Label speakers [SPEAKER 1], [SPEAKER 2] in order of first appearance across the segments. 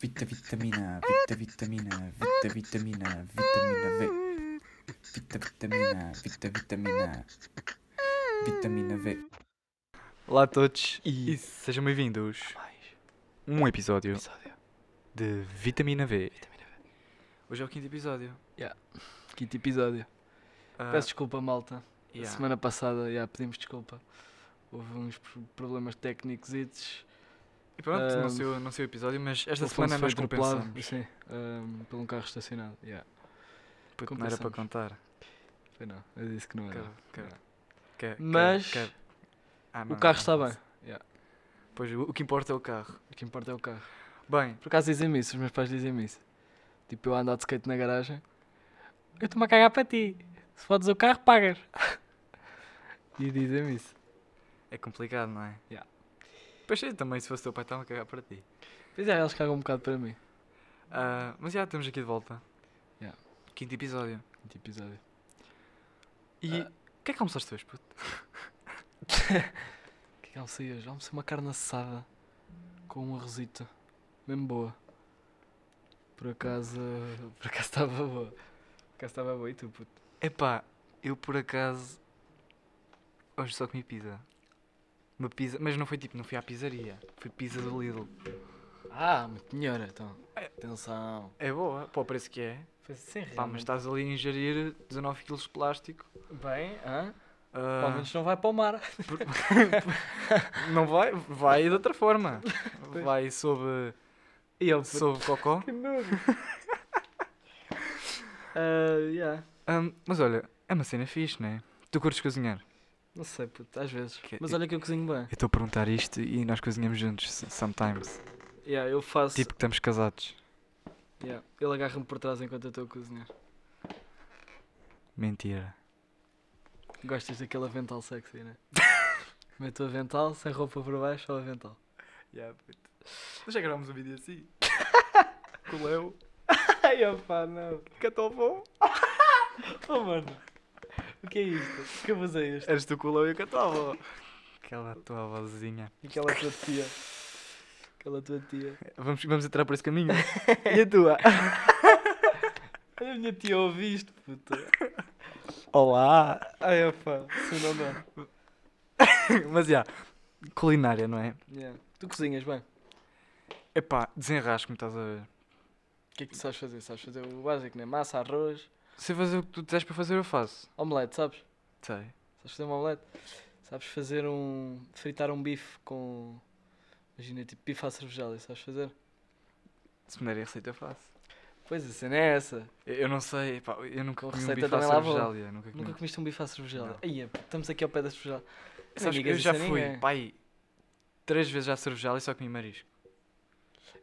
[SPEAKER 1] Vita, vitamina, vita, vitamina, vita, vitamina, vitamina V. Vita, vitamina, vita, vitamina, vitamina V.
[SPEAKER 2] Olá a todos e, sejam bem-vindos a mais um episódio, de Vitamina V. Hoje é o quinto episódio.
[SPEAKER 3] Quinto episódio.
[SPEAKER 2] Ah,
[SPEAKER 3] Peço desculpa, malta.
[SPEAKER 2] yeah.
[SPEAKER 3] A semana passada, já pedimos desculpa. Houve uns pro- problemas técnicos e
[SPEAKER 2] E pronto, não,
[SPEAKER 3] ah,
[SPEAKER 2] sei, o- não sei o episódio, mas esta
[SPEAKER 3] o Afonso
[SPEAKER 2] semana é
[SPEAKER 3] foi
[SPEAKER 2] nós
[SPEAKER 3] atropelado,
[SPEAKER 2] compensamos.
[SPEAKER 3] Sim, ah, por um carro estacionado. Yeah,
[SPEAKER 2] Puto, não era para
[SPEAKER 3] compensamos.
[SPEAKER 2] contar.
[SPEAKER 3] foi não, eu disse que não era.
[SPEAKER 2] Quero- quero- quero-
[SPEAKER 3] Mas
[SPEAKER 2] quero- quero. Ah, não,
[SPEAKER 3] o carro
[SPEAKER 2] não
[SPEAKER 3] está bem.
[SPEAKER 2] posso. Pois, o, o que importa é o carro.
[SPEAKER 3] O que importa é o carro.
[SPEAKER 2] Bem,
[SPEAKER 3] Por acaso dizem-me isso, os meus pais dizem-me isso. Tipo, eu ando de skate na garagem. Eu estou-me a cagar para ti. Se fodes o carro, pagas. e dizem-me isso.
[SPEAKER 2] é complicado, não é?
[SPEAKER 3] Yeah.
[SPEAKER 2] Pois sei, também se fosse teu pai estava a cagar para ti.
[SPEAKER 3] Pois é, eles cagam um bocado para mim.
[SPEAKER 2] Ah, mas já, estamos aqui de volta.
[SPEAKER 3] Yeah.
[SPEAKER 2] Quinto episódio.
[SPEAKER 3] Quinto episódio.
[SPEAKER 2] E o
[SPEAKER 3] Ah.
[SPEAKER 2] que é que almoçaste hoje, puto?
[SPEAKER 3] O que é que almocei hoje? Almocei uma carne assada com um arrozito. Mesmo boa. Por acaso. Por acaso estava boa. Por acaso estava boa e tu, puto.
[SPEAKER 2] Epá, eu por acaso hoje só comi pizza. Uma pizza, mas não foi tipo, não fui à pizzaria, foi pizza do Lidl.
[SPEAKER 3] Ah, muito melhor então. Atenção.
[SPEAKER 2] É boa, para o preço que é.
[SPEAKER 3] Foi assim, sem
[SPEAKER 2] Pá, mas estás ali a ingerir 19 kg de plástico.
[SPEAKER 3] Bem, hã?
[SPEAKER 2] Ah,
[SPEAKER 3] Pelo menos não vai para o mar.
[SPEAKER 2] não vai, vai de outra forma. Vai sob
[SPEAKER 3] E eu, puto.
[SPEAKER 2] sob cocó.
[SPEAKER 3] Que nojo. Ah, yeah.
[SPEAKER 2] Ahm, mas olha, é uma cena fixe, não é? Tu curtes cozinhar?
[SPEAKER 3] Não sei, puto, às vezes.
[SPEAKER 2] Que-
[SPEAKER 3] Mas olha que eu cozinho bem.
[SPEAKER 2] Eu estou a perguntar isto e nós cozinhamos juntos s- sometimes.
[SPEAKER 3] Yeah, eu faço.
[SPEAKER 2] Tipo que estamos casados.
[SPEAKER 3] Yeah, ele agarra-me por trás enquanto eu estou a cozinhar.
[SPEAKER 2] Mentira.
[SPEAKER 3] Gostas daquele avental sexy, né? Meto o avental, sem roupa por baixo, só o avental.
[SPEAKER 2] Já gravámos um vídeo assim. Com o Leo.
[SPEAKER 3] Ai, opá, não.
[SPEAKER 2] Que é tão bom.
[SPEAKER 3] Oh, mano. O que é isto? Que abuso é este?
[SPEAKER 2] Eras tu com o Leo e eu cantava. Aquela tua vozinha.
[SPEAKER 3] Aquela tua tia. Aquela tua tia.
[SPEAKER 2] Vamos, vamos entrar por esse caminho.
[SPEAKER 3] E a tua? Olha a minha tia ouve isto, puta.
[SPEAKER 2] Olá.
[SPEAKER 3] Ai, opá, se não dá.
[SPEAKER 2] Mas já, culinária, não é?
[SPEAKER 3] Yeah. Tu cozinhas bem?
[SPEAKER 2] Epá, desenrasco-me, estás a ver?
[SPEAKER 3] O que é que tu sabes fazer? Sabes fazer o básico, né? Massa, arroz,
[SPEAKER 2] Se fazer o que tu disseres para fazer, eu faço.
[SPEAKER 3] omelete, sabes?
[SPEAKER 2] Sei.
[SPEAKER 3] Sabes fazer uma omelete? Sabes fazer um. fritar um bife com. Imagina, tipo bife à cervejalha, sabes fazer?
[SPEAKER 2] Se me derem a receita, eu faço.
[SPEAKER 3] Pois a cena é essa.
[SPEAKER 2] Eu, eu não sei, pá, eu nunca
[SPEAKER 3] Com
[SPEAKER 2] comi um
[SPEAKER 3] receita
[SPEAKER 2] bife à
[SPEAKER 3] também lá vou.
[SPEAKER 2] cervejália. Nunca comi.
[SPEAKER 3] Nunca comiste um bife à cervejalha.
[SPEAKER 2] Hum. Não.
[SPEAKER 3] Aí, estamos aqui ao pé da cervejalha. Nem é.
[SPEAKER 2] Sabes que
[SPEAKER 3] digas
[SPEAKER 2] eu já
[SPEAKER 3] isso a
[SPEAKER 2] fui,
[SPEAKER 3] ninguém.
[SPEAKER 2] pai, três vezes à cervejália e só comi marisco.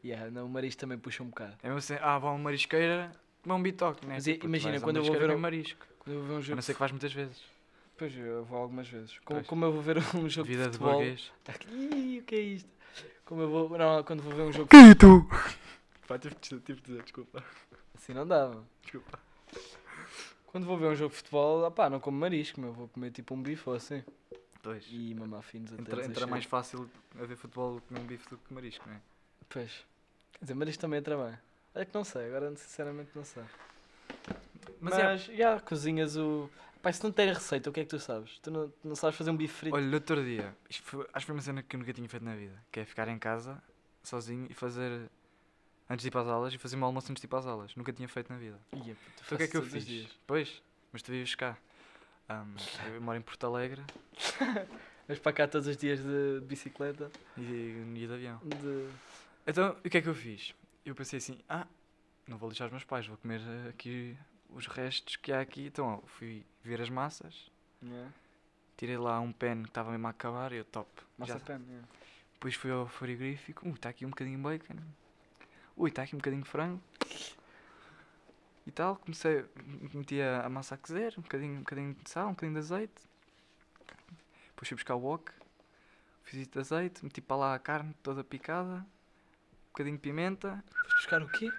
[SPEAKER 3] Yeah, não, o marisco também puxa um bocado.
[SPEAKER 2] É mesmo assim, ah, vá uma marisqueira, vou um bitoque, né?
[SPEAKER 3] Mas i-
[SPEAKER 2] Puto,
[SPEAKER 3] imagina,
[SPEAKER 2] vais à
[SPEAKER 3] quando eu vou ver
[SPEAKER 2] marisqueira, comer
[SPEAKER 3] um-
[SPEAKER 2] marisco.
[SPEAKER 3] Quando eu vou ver um
[SPEAKER 2] A
[SPEAKER 3] jogo.
[SPEAKER 2] não
[SPEAKER 3] de
[SPEAKER 2] ser que vais muitas vezes.
[SPEAKER 3] fut- Pois eu vou algumas vezes. Como,
[SPEAKER 2] Pois.
[SPEAKER 3] como eu vou ver um jogo
[SPEAKER 2] Vida
[SPEAKER 3] de
[SPEAKER 2] de
[SPEAKER 3] futebol.
[SPEAKER 2] burguês.
[SPEAKER 3] Ih, o que é isto? Como eu vou. Não, quando vou ver um jogo.
[SPEAKER 2] Quito! Pá, tive de dizer, tive de dizer, desculpa.
[SPEAKER 3] Assim não dava.
[SPEAKER 2] Desculpa.
[SPEAKER 3] Quando vou ver um jogo de futebol, opá, não como marisco, meu. Vou comer tipo um bife ou assim.
[SPEAKER 2] Dois.
[SPEAKER 3] E mamar finos até
[SPEAKER 2] Entra, entra
[SPEAKER 3] desacheiro.
[SPEAKER 2] mais fácil a ver futebol com um bife do que marisco, não é?
[SPEAKER 3] Pois. Quer dizer, marisco também entra bem. Olha que não sei, agora sinceramente não sei. Mas,
[SPEAKER 2] Mas, é,
[SPEAKER 3] já cozinhas o. Pai, se não tem receita, o que é que tu sabes? Tu não, tu não sabes fazer um bife frito?
[SPEAKER 2] olha, no outro dia, isto foi- acho que foi uma cena que eu nunca tinha feito na vida, que é ficar em casa, sozinho e fazer, antes de ir para as aulas, e fazer um almoço antes de ir para as aulas. Nunca tinha feito na vida.
[SPEAKER 3] Ia, puto,
[SPEAKER 2] Então o que é
[SPEAKER 3] faço
[SPEAKER 2] que eu
[SPEAKER 3] todos os
[SPEAKER 2] fiz?
[SPEAKER 3] dias.
[SPEAKER 2] Pois, mas tu vives cá. Ahm, eu moro em Porto Alegre
[SPEAKER 3] Mas para cá todos os dias de bicicleta,
[SPEAKER 2] e, e de avião.
[SPEAKER 3] de.
[SPEAKER 2] Então, o que é que eu fiz? Eu pensei assim, ah, não vou lixar os meus pais, vou comer eh, aqui os restos que há aqui. Então, eu fui ver as massas, é?
[SPEAKER 3] Yeah.
[SPEAKER 2] tirei lá um pen que estava mesmo a acabar e eu top.
[SPEAKER 3] Massa
[SPEAKER 2] Já.
[SPEAKER 3] pena, yeah.
[SPEAKER 2] Depois fui ao frigorífico, ui, está aqui um bocadinho de bacon, ui, está aqui um bocadinho de frango. E tal, comecei, meti a, a massa a cozer, um bocadinho, um bocadinho de sal, um bocadinho de azeite. Depois fui buscar o wok, fiz isso de azeite, meti para lá a carne toda picada, um bocadinho de pimenta.
[SPEAKER 3] Foste buscar o quê? O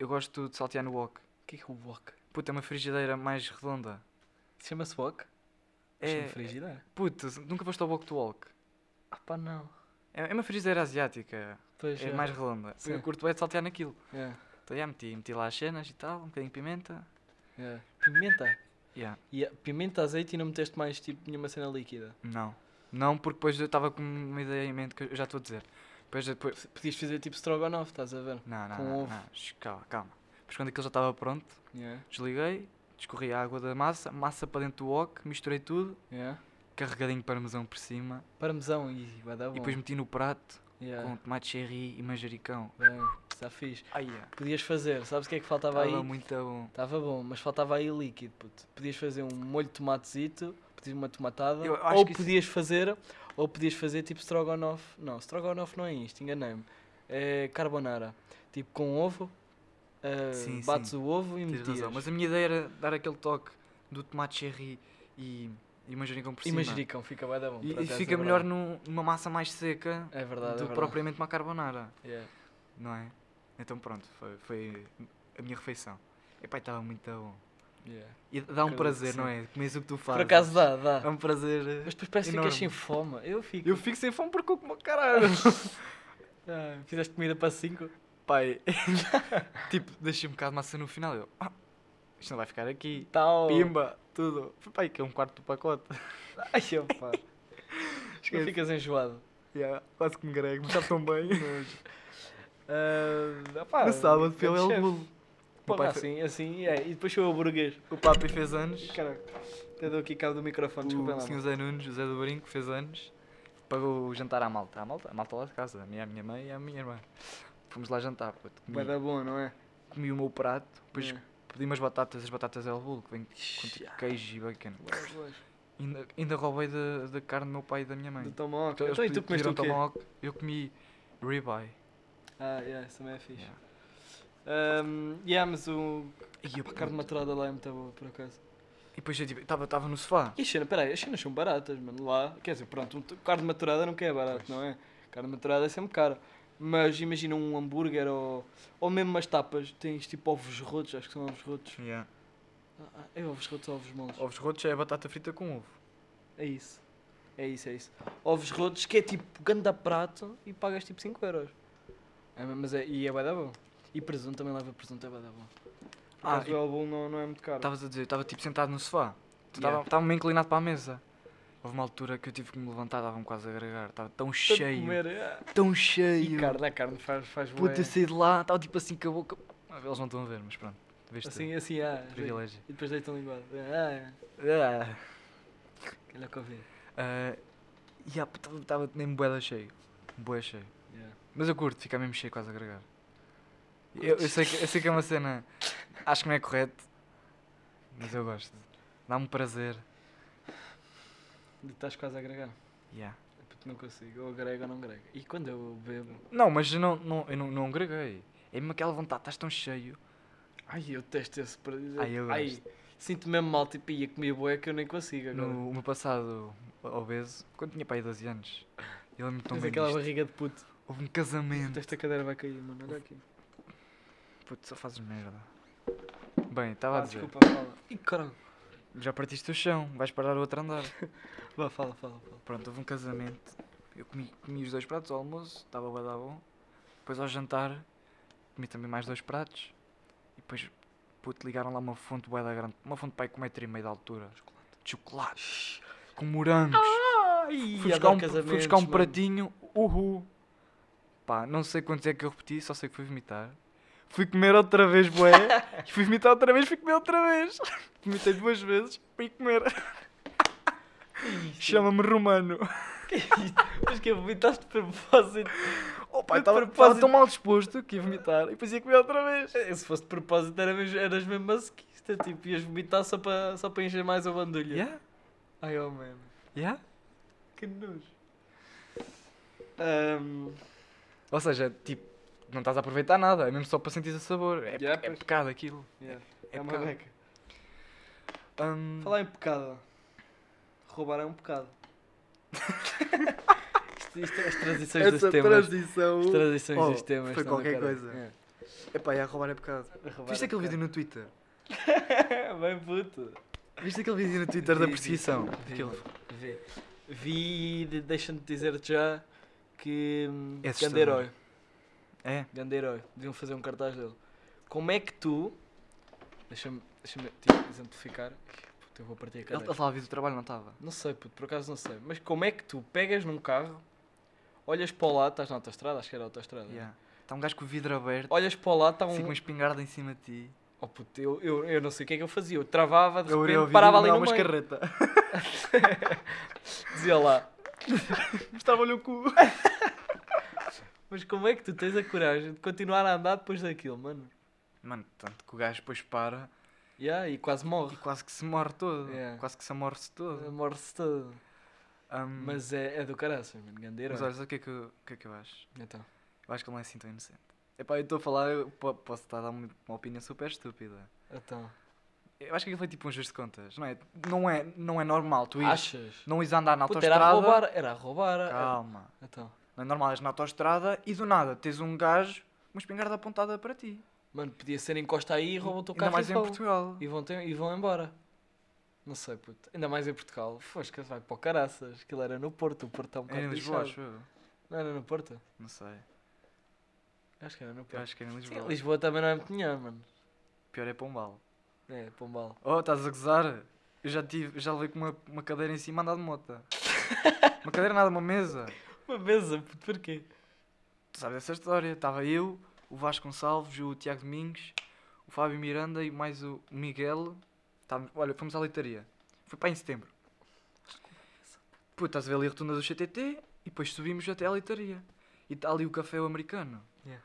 [SPEAKER 2] Eu gosto de saltear no wok.
[SPEAKER 3] que é que é o wok?
[SPEAKER 2] Puta, é uma frigideira mais redonda.
[SPEAKER 3] Chama-se wok?
[SPEAKER 2] É,
[SPEAKER 3] Chama frigideira?
[SPEAKER 2] puta, nunca foste ao wok to wok.
[SPEAKER 3] Ah, pá, não.
[SPEAKER 2] É, é uma frigideira asiática.
[SPEAKER 3] Pois
[SPEAKER 2] É
[SPEAKER 3] é.
[SPEAKER 2] mais redonda.
[SPEAKER 3] Sim.
[SPEAKER 2] Eu curto é de saltear naquilo.
[SPEAKER 3] Yeah,
[SPEAKER 2] Então, yeah, meti, meti lá as cenas e tal, um bocadinho de pimenta.
[SPEAKER 3] yeah. é. Pimenta.
[SPEAKER 2] Yeah.
[SPEAKER 3] Yeah, Pimenta, azeite e não meteste mais tipo nenhuma cena líquida.
[SPEAKER 2] Não. Não, porque depois eu estava com uma ideia em mente que eu já estou a dizer. Depois, depois...
[SPEAKER 3] P- Podias fazer tipo strogonoff, estás a ver?
[SPEAKER 2] Não, não,
[SPEAKER 3] Com
[SPEAKER 2] não,
[SPEAKER 3] ovo.
[SPEAKER 2] não. Shh, Calma, calma. Depois quando aquilo já estava pronto,
[SPEAKER 3] Yeah,
[SPEAKER 2] desliguei, escorri a água da massa, massa para dentro do wok, misturei tudo,
[SPEAKER 3] yeah.
[SPEAKER 2] carregadinho de parmesão por cima
[SPEAKER 3] É. Parmesão e vai dar bom. É.
[SPEAKER 2] e depois meti no prato
[SPEAKER 3] yeah.
[SPEAKER 2] com tomate cherry e manjericão.
[SPEAKER 3] Bem, está fixe.
[SPEAKER 2] Ai, yeah.
[SPEAKER 3] Podias fazer, sabes o que é que faltava
[SPEAKER 2] Estava
[SPEAKER 3] aí?
[SPEAKER 2] muito bom.
[SPEAKER 3] Estava bom, mas faltava aí líquido, puto. Podias fazer um molho de tomatezito, podias uma tomatada,
[SPEAKER 2] Eu acho
[SPEAKER 3] ou
[SPEAKER 2] que isso-
[SPEAKER 3] podias fazer, ou podias fazer tipo strogonoff. Não, strogonoff não é isto, enganei-me. É carbonara. Tipo com ovo, ah,
[SPEAKER 2] Sim,
[SPEAKER 3] bates
[SPEAKER 2] sim.
[SPEAKER 3] o ovo e
[SPEAKER 2] Tens
[SPEAKER 3] metias.
[SPEAKER 2] razão. Mas a minha ideia era dar aquele toque do tomate cherry e, e manjericão por
[SPEAKER 3] E
[SPEAKER 2] cima.
[SPEAKER 3] manjericão, fica bem da bom.
[SPEAKER 2] E-
[SPEAKER 3] por
[SPEAKER 2] e
[SPEAKER 3] acaso,
[SPEAKER 2] fica
[SPEAKER 3] é
[SPEAKER 2] melhor
[SPEAKER 3] verdade.
[SPEAKER 2] num- numa massa mais seca
[SPEAKER 3] É verdade,
[SPEAKER 2] do
[SPEAKER 3] é
[SPEAKER 2] que
[SPEAKER 3] verdade.
[SPEAKER 2] propriamente uma carbonara,
[SPEAKER 3] Yeah.
[SPEAKER 2] não é? Então pronto, foi, foi a minha refeição. Epá, estava muito bom.
[SPEAKER 3] yeah.
[SPEAKER 2] E dá um
[SPEAKER 3] Acredito que
[SPEAKER 2] prazer, não
[SPEAKER 3] sim.
[SPEAKER 2] é? Comeres o que tu
[SPEAKER 3] Por
[SPEAKER 2] fazes.
[SPEAKER 3] acaso dá,
[SPEAKER 2] É
[SPEAKER 3] dá.
[SPEAKER 2] um prazer.
[SPEAKER 3] Mas depois parece que ficas
[SPEAKER 2] enorme.
[SPEAKER 3] sem fome. Eu fico.
[SPEAKER 2] Eu fico sem fome porque eu como caralho.
[SPEAKER 3] Ah, fizeste comida para cinco?
[SPEAKER 2] Pai, tipo, deixei um bocado de massa no final. Eu, ah, isto não vai ficar aqui.
[SPEAKER 3] Tal.
[SPEAKER 2] Pimba, tudo. Pai, que é um quarto do pacote.
[SPEAKER 3] Ai, opa. Não
[SPEAKER 2] Esquece.
[SPEAKER 3] ficas enjoado.
[SPEAKER 2] Yeah, quase que me grego, mas está tão bem.
[SPEAKER 3] Ah, opá,
[SPEAKER 2] No sábado, fui ao
[SPEAKER 3] grande
[SPEAKER 2] El
[SPEAKER 3] chefe.
[SPEAKER 2] Bulo.
[SPEAKER 3] Pô,
[SPEAKER 2] O pai
[SPEAKER 3] assim, assim, é. E depois foi o burguês.
[SPEAKER 2] O papi fez anos.
[SPEAKER 3] Caraca, até dou aqui cabo do microfone, desculpa
[SPEAKER 2] O
[SPEAKER 3] lá.
[SPEAKER 2] senhor Zé Nunes, o Zé do Brinco, fez anos. Pagou o jantar à malta. À malta, à malta lá de casa. A minha, a minha mãe e a minha irmã. Fomos lá jantar, puto. Comi,
[SPEAKER 3] Vai dar bom, não é?
[SPEAKER 2] comi o meu prato. Depois
[SPEAKER 3] É.
[SPEAKER 2] pedi umas batatas, as batatas El Bulo, que vem com tipo queijo e bacon.
[SPEAKER 3] Boas, boas.
[SPEAKER 2] Ainda, ainda roubei da, da carne do meu pai e da minha mãe.
[SPEAKER 3] Do tomahawk.
[SPEAKER 2] Então, eles
[SPEAKER 3] Então, e tu
[SPEAKER 2] pedi-
[SPEAKER 3] comeste
[SPEAKER 2] pediram
[SPEAKER 3] o quê?
[SPEAKER 2] tomahawk, Eu comi ribeye.
[SPEAKER 3] Ah, yeah, isso também é fixe.
[SPEAKER 2] Yeah.
[SPEAKER 3] Ahm, yeah, mas o...
[SPEAKER 2] E, eu,
[SPEAKER 3] a um, carne maturada lá é muito boa, por acaso.
[SPEAKER 2] e depois eu estava tava no sofá.
[SPEAKER 3] E as cenas, peraí, as cenas são baratas, mano, lá. Quer dizer, pronto, um t- carne maturada nunca é barato, não é? Carne maturada é sempre cara. Mas imagina um hambúrguer ou, ou mesmo umas tapas, tens tipo ovos rotos, acho que são ovos rotos.
[SPEAKER 2] Yeah.
[SPEAKER 3] Ah, ah, é ovos rotos ou ovos moles?
[SPEAKER 2] Ovos rotos é batata frita com ovo.
[SPEAKER 3] É isso. É isso, é isso. Ovos rotos, que é tipo ganda prato e pagas tipo 5 euros. É, mas é, e é bué da bom. E presunto também leva presunto, é bué da bom. Por
[SPEAKER 2] Ah,
[SPEAKER 3] acaso
[SPEAKER 2] e-
[SPEAKER 3] o El Bullo não, não é muito caro.
[SPEAKER 2] Estavas a dizer, eu estava tipo sentado no sofá.
[SPEAKER 3] Yeah.
[SPEAKER 2] Estava meio inclinado para a mesa. Houve uma altura que eu tive que me levantar, estava-me quase a agregar. Estava tão
[SPEAKER 3] Tanto
[SPEAKER 2] cheio.
[SPEAKER 3] comer, é.
[SPEAKER 2] Tão
[SPEAKER 3] E
[SPEAKER 2] cheio.
[SPEAKER 3] carne, a carne faz, faz bué.
[SPEAKER 2] Puta, eu saí de lá, estava tipo assim com a boca. Ah, Eles não estão a ver, mas pronto. Veste
[SPEAKER 3] Assim, assim, ah.
[SPEAKER 2] privilégio.
[SPEAKER 3] E depois deitam linguado. Ah,
[SPEAKER 2] Ah.
[SPEAKER 3] é. Calhar que eu vi.
[SPEAKER 2] Ah, e ah, puta, estava nem boeda cheio. Boé cheio. Mas eu curto, fica mesmo cheio quase a agregar. Eu, eu, sei que, eu sei que é uma cena. Acho que não é correto. Mas eu gosto. Dá-me prazer.
[SPEAKER 3] Estás quase a agregar.
[SPEAKER 2] Yeah.
[SPEAKER 3] Puto, não consigo. Ou agrego ou não agrego. E quando eu bebo.
[SPEAKER 2] Não, mas eu não, não, eu não, não agreguei. É mesmo aquela vontade, estás tão cheio.
[SPEAKER 3] Ai, eu testo esse para dizer.
[SPEAKER 2] Ai, eu gosto.
[SPEAKER 3] sinto mesmo mal, tipo, ia comer boé que eu nem consigo agora.
[SPEAKER 2] No meu passado obeso, quando tinha pai 12 anos, eu lembro-me tão
[SPEAKER 3] Tens
[SPEAKER 2] bem
[SPEAKER 3] aquela
[SPEAKER 2] disto.
[SPEAKER 3] barriga de puto.
[SPEAKER 2] Houve um casamento.
[SPEAKER 3] Esta cadeira vai cair, mano. Olha aqui.
[SPEAKER 2] Puto, só fazes merda. Bem, estava a dizer.
[SPEAKER 3] Ah, desculpa, fala. Ih, caralho.
[SPEAKER 2] Já partiste o chão, vais parar o outro andar.
[SPEAKER 3] Vá, fala, fala, fala.
[SPEAKER 2] Pronto, houve um casamento. Eu comi, comi os dois pratos ao almoço, estava a dar bom. Depois ao jantar, comi também mais dois pratos. E depois, puto, ligaram lá uma fonte bué da grande. Uma fonte pai com um metro e meio de altura. De chocolate. Com morangos.
[SPEAKER 3] Ai,
[SPEAKER 2] fui, buscar um, fui buscar um pratinho. Uhul. Pá, não sei quantos é que eu repeti, só sei que fui vomitar. Fui comer outra vez, bué. e fui vomitar outra vez, fui comer outra vez. Vomitei duas vezes, fui comer. Chama-me Romano.
[SPEAKER 3] Mas que eu vomitaste de propósito.
[SPEAKER 2] Oh pai,
[SPEAKER 3] De
[SPEAKER 2] estava
[SPEAKER 3] propósito.
[SPEAKER 2] tão mal disposto que ia vomitar e depois ia comer outra vez.
[SPEAKER 3] Se fosse de propósito, era mesmo, eras mesmo masoquista. Tipo, ias vomitar só para só para encher mais a bandulha.
[SPEAKER 2] Yeah?
[SPEAKER 3] Ai, oh, mano.
[SPEAKER 2] Yeah?
[SPEAKER 3] Que nojo. Ahm,
[SPEAKER 2] Ou seja, tipo, não estás a aproveitar nada, é mesmo só para sentir o sabor. É, pe-
[SPEAKER 3] Yeah,
[SPEAKER 2] é
[SPEAKER 3] pois.
[SPEAKER 2] pecado aquilo.
[SPEAKER 3] yeah,
[SPEAKER 2] É
[SPEAKER 3] É uma
[SPEAKER 2] pecado.
[SPEAKER 3] beca.
[SPEAKER 2] Hum,
[SPEAKER 3] Falar em pecado. Roubar é um pecado. isto, isto, é as transições dos temas.
[SPEAKER 2] transição.
[SPEAKER 3] As transições
[SPEAKER 2] Oh,
[SPEAKER 3] dos temas.
[SPEAKER 2] foi
[SPEAKER 3] estão do
[SPEAKER 2] qualquer
[SPEAKER 3] caralho.
[SPEAKER 2] coisa.
[SPEAKER 3] É.
[SPEAKER 2] Epá, ia roubar é pecado.
[SPEAKER 3] Roubar
[SPEAKER 2] Viste
[SPEAKER 3] é
[SPEAKER 2] aquele vídeo
[SPEAKER 3] pecado.
[SPEAKER 2] no Twitter?
[SPEAKER 3] É, Bem puto.
[SPEAKER 2] Viste aquele vídeo no Twitter
[SPEAKER 3] Vi,
[SPEAKER 2] da
[SPEAKER 3] vi,
[SPEAKER 2] perseguição?
[SPEAKER 3] vi,
[SPEAKER 2] Aquilo.
[SPEAKER 3] Vi. Vi e de- deixa-me dizer já que hum,
[SPEAKER 2] É assustador.
[SPEAKER 3] grande herói.
[SPEAKER 2] É.
[SPEAKER 3] Grande herói. Deviam fazer um cartaz dele. Como é que tu. Deixa-me deixa tipo, exemplificar. Puta, eu vou partir a
[SPEAKER 2] Ele
[SPEAKER 3] cadeira.
[SPEAKER 2] estava a vir do trabalho, não estava?
[SPEAKER 3] Não sei, puto, por acaso não sei. Mas como é que tu pegas num carro, olhas para o lado, estás na autostrada, acho que era autostrada. né?
[SPEAKER 2] Yeah. Está um gajo com o vidro aberto,
[SPEAKER 3] Olhas para o lado, está
[SPEAKER 2] assim com
[SPEAKER 3] um.
[SPEAKER 2] uma espingarda em cima de ti.
[SPEAKER 3] Oh puto, eu, eu, eu não sei o que é que eu fazia. Eu travava, de
[SPEAKER 2] Eu olhei ao
[SPEAKER 3] repente
[SPEAKER 2] vidro
[SPEAKER 3] parava
[SPEAKER 2] e
[SPEAKER 3] ali
[SPEAKER 2] mandava
[SPEAKER 3] no
[SPEAKER 2] uma
[SPEAKER 3] meio.
[SPEAKER 2] escarreta.
[SPEAKER 3] Dizia lá.
[SPEAKER 2] Mostrava-lhe o cu.
[SPEAKER 3] Mas como é que tu tens a coragem de continuar a andar depois daquilo, mano?
[SPEAKER 2] Mano, tanto que o gajo depois para
[SPEAKER 3] Yeah, e quase
[SPEAKER 2] e
[SPEAKER 3] morre.
[SPEAKER 2] quase que se morre todo.
[SPEAKER 3] Yeah.
[SPEAKER 2] Quase que se amorce todo.
[SPEAKER 3] Morre-se todo.
[SPEAKER 2] Ahm,
[SPEAKER 3] Mas é, é do caraças, mano. Grande herói.
[SPEAKER 2] mas olha, sabe o que é que, eu- o que é que eu acho?
[SPEAKER 3] Então.
[SPEAKER 2] Eu acho que ele não é assim tão inocente. Epá, eu estou a falar, eu po- posso estar a dar uma uma opinião super estúpida.
[SPEAKER 3] Então.
[SPEAKER 2] Eu acho que aquilo foi tipo um justo de contas, não é? Não é, não é normal, tu ires,
[SPEAKER 3] Achas?
[SPEAKER 2] não ires andar na
[SPEAKER 3] Puta,
[SPEAKER 2] autostrada...
[SPEAKER 3] era a roubar. Era a roubar. era-
[SPEAKER 2] Calma.
[SPEAKER 3] Então.
[SPEAKER 2] Não é normal, és na autostrada e do nada tens um gajo, uma espingarda apontada para ti.
[SPEAKER 3] Mano, podia ser encosta aí e rouba o teu
[SPEAKER 2] Ainda
[SPEAKER 3] carro.
[SPEAKER 2] mais
[SPEAKER 3] e
[SPEAKER 2] em
[SPEAKER 3] vão.
[SPEAKER 2] Portugal. É
[SPEAKER 3] E vão, ter- e vão embora. Não sei, puto. Ainda mais em Portugal. Fosca, vai para o caraças. Aquilo era no Porto. O Porto está um
[SPEAKER 2] Era
[SPEAKER 3] bocado
[SPEAKER 2] em Lisboa,
[SPEAKER 3] lixado.
[SPEAKER 2] acho eu.
[SPEAKER 3] Não era no Porto?
[SPEAKER 2] Não sei.
[SPEAKER 3] Acho que era no
[SPEAKER 2] Eu
[SPEAKER 3] Porto.
[SPEAKER 2] acho que era em
[SPEAKER 3] Então, Sim,
[SPEAKER 2] Lisboa.
[SPEAKER 3] Lisboa também não é muito melhor, mano.
[SPEAKER 2] Pior é Pombal.
[SPEAKER 3] É, Pombal.
[SPEAKER 2] Oh, estás a gozar? Eu já, tive, já levei com uma, uma cadeira em cima andar de moto. uma cadeira nada, uma mesa.
[SPEAKER 3] Uma mesa, puto, porquê?
[SPEAKER 2] Tu sabes essa história? Estava eu, o Vasco Gonçalves, o Tiago Domingos, o Fábio Miranda e mais o Miguel. Estávamos- olha, fomos à leitaria. Foi para em setembro. Pô, estás a ver ali a rotunda do CTT e depois subimos até à leitaria. E está ali o café o americano.
[SPEAKER 3] Yeah.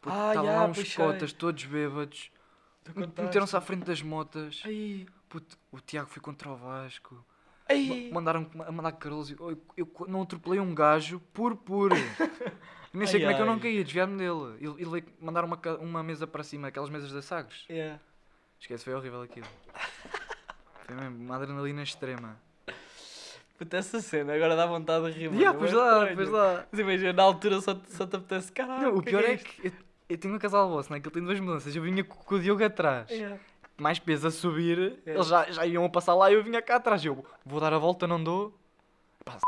[SPEAKER 2] Pô,
[SPEAKER 3] Ah,
[SPEAKER 2] estavam
[SPEAKER 3] yeah,
[SPEAKER 2] lá uns
[SPEAKER 3] pois sei.
[SPEAKER 2] cotas todos bêbados.
[SPEAKER 3] Tu
[SPEAKER 2] Meteram-se à frente das motas.
[SPEAKER 3] Aí,
[SPEAKER 2] Puto, o Tiago foi contra o Vasco.
[SPEAKER 3] aí.
[SPEAKER 2] Ma- Mandaram a mandar Carlos. Eu, eu co- não atropelei um gajo por puro. Nem
[SPEAKER 3] Ai,
[SPEAKER 2] sei como é que eu não
[SPEAKER 3] ai.
[SPEAKER 2] caí, desviar-me dele. E, e levei- mandaram uma, ca- uma mesa para cima, aquelas mesas da Sagres.
[SPEAKER 3] Yeah.
[SPEAKER 2] Esquece, foi horrível aquilo. Foi mesmo, uma adrenalina extrema.
[SPEAKER 3] Puta, essa cena agora dá vontade de rir. mano.
[SPEAKER 2] Yeah,
[SPEAKER 3] É
[SPEAKER 2] pois
[SPEAKER 3] bué
[SPEAKER 2] lá,
[SPEAKER 3] estranho.
[SPEAKER 2] pois lá.
[SPEAKER 3] Mas imagina, na altura só, te- só te apetece caralho.
[SPEAKER 2] Não, o
[SPEAKER 3] que
[SPEAKER 2] pior é
[SPEAKER 3] isto?
[SPEAKER 2] que eu, eu tenho um casal vosso, né? Que ele tem duas mudanças. Eu vinha co- com, o Diogo atrás.
[SPEAKER 3] Yeah.
[SPEAKER 2] Mais peso a subir,
[SPEAKER 3] É.
[SPEAKER 2] eles já, já iam a passar lá e eu vinha cá atrás. Eu vou dar a volta, não dou. Pá,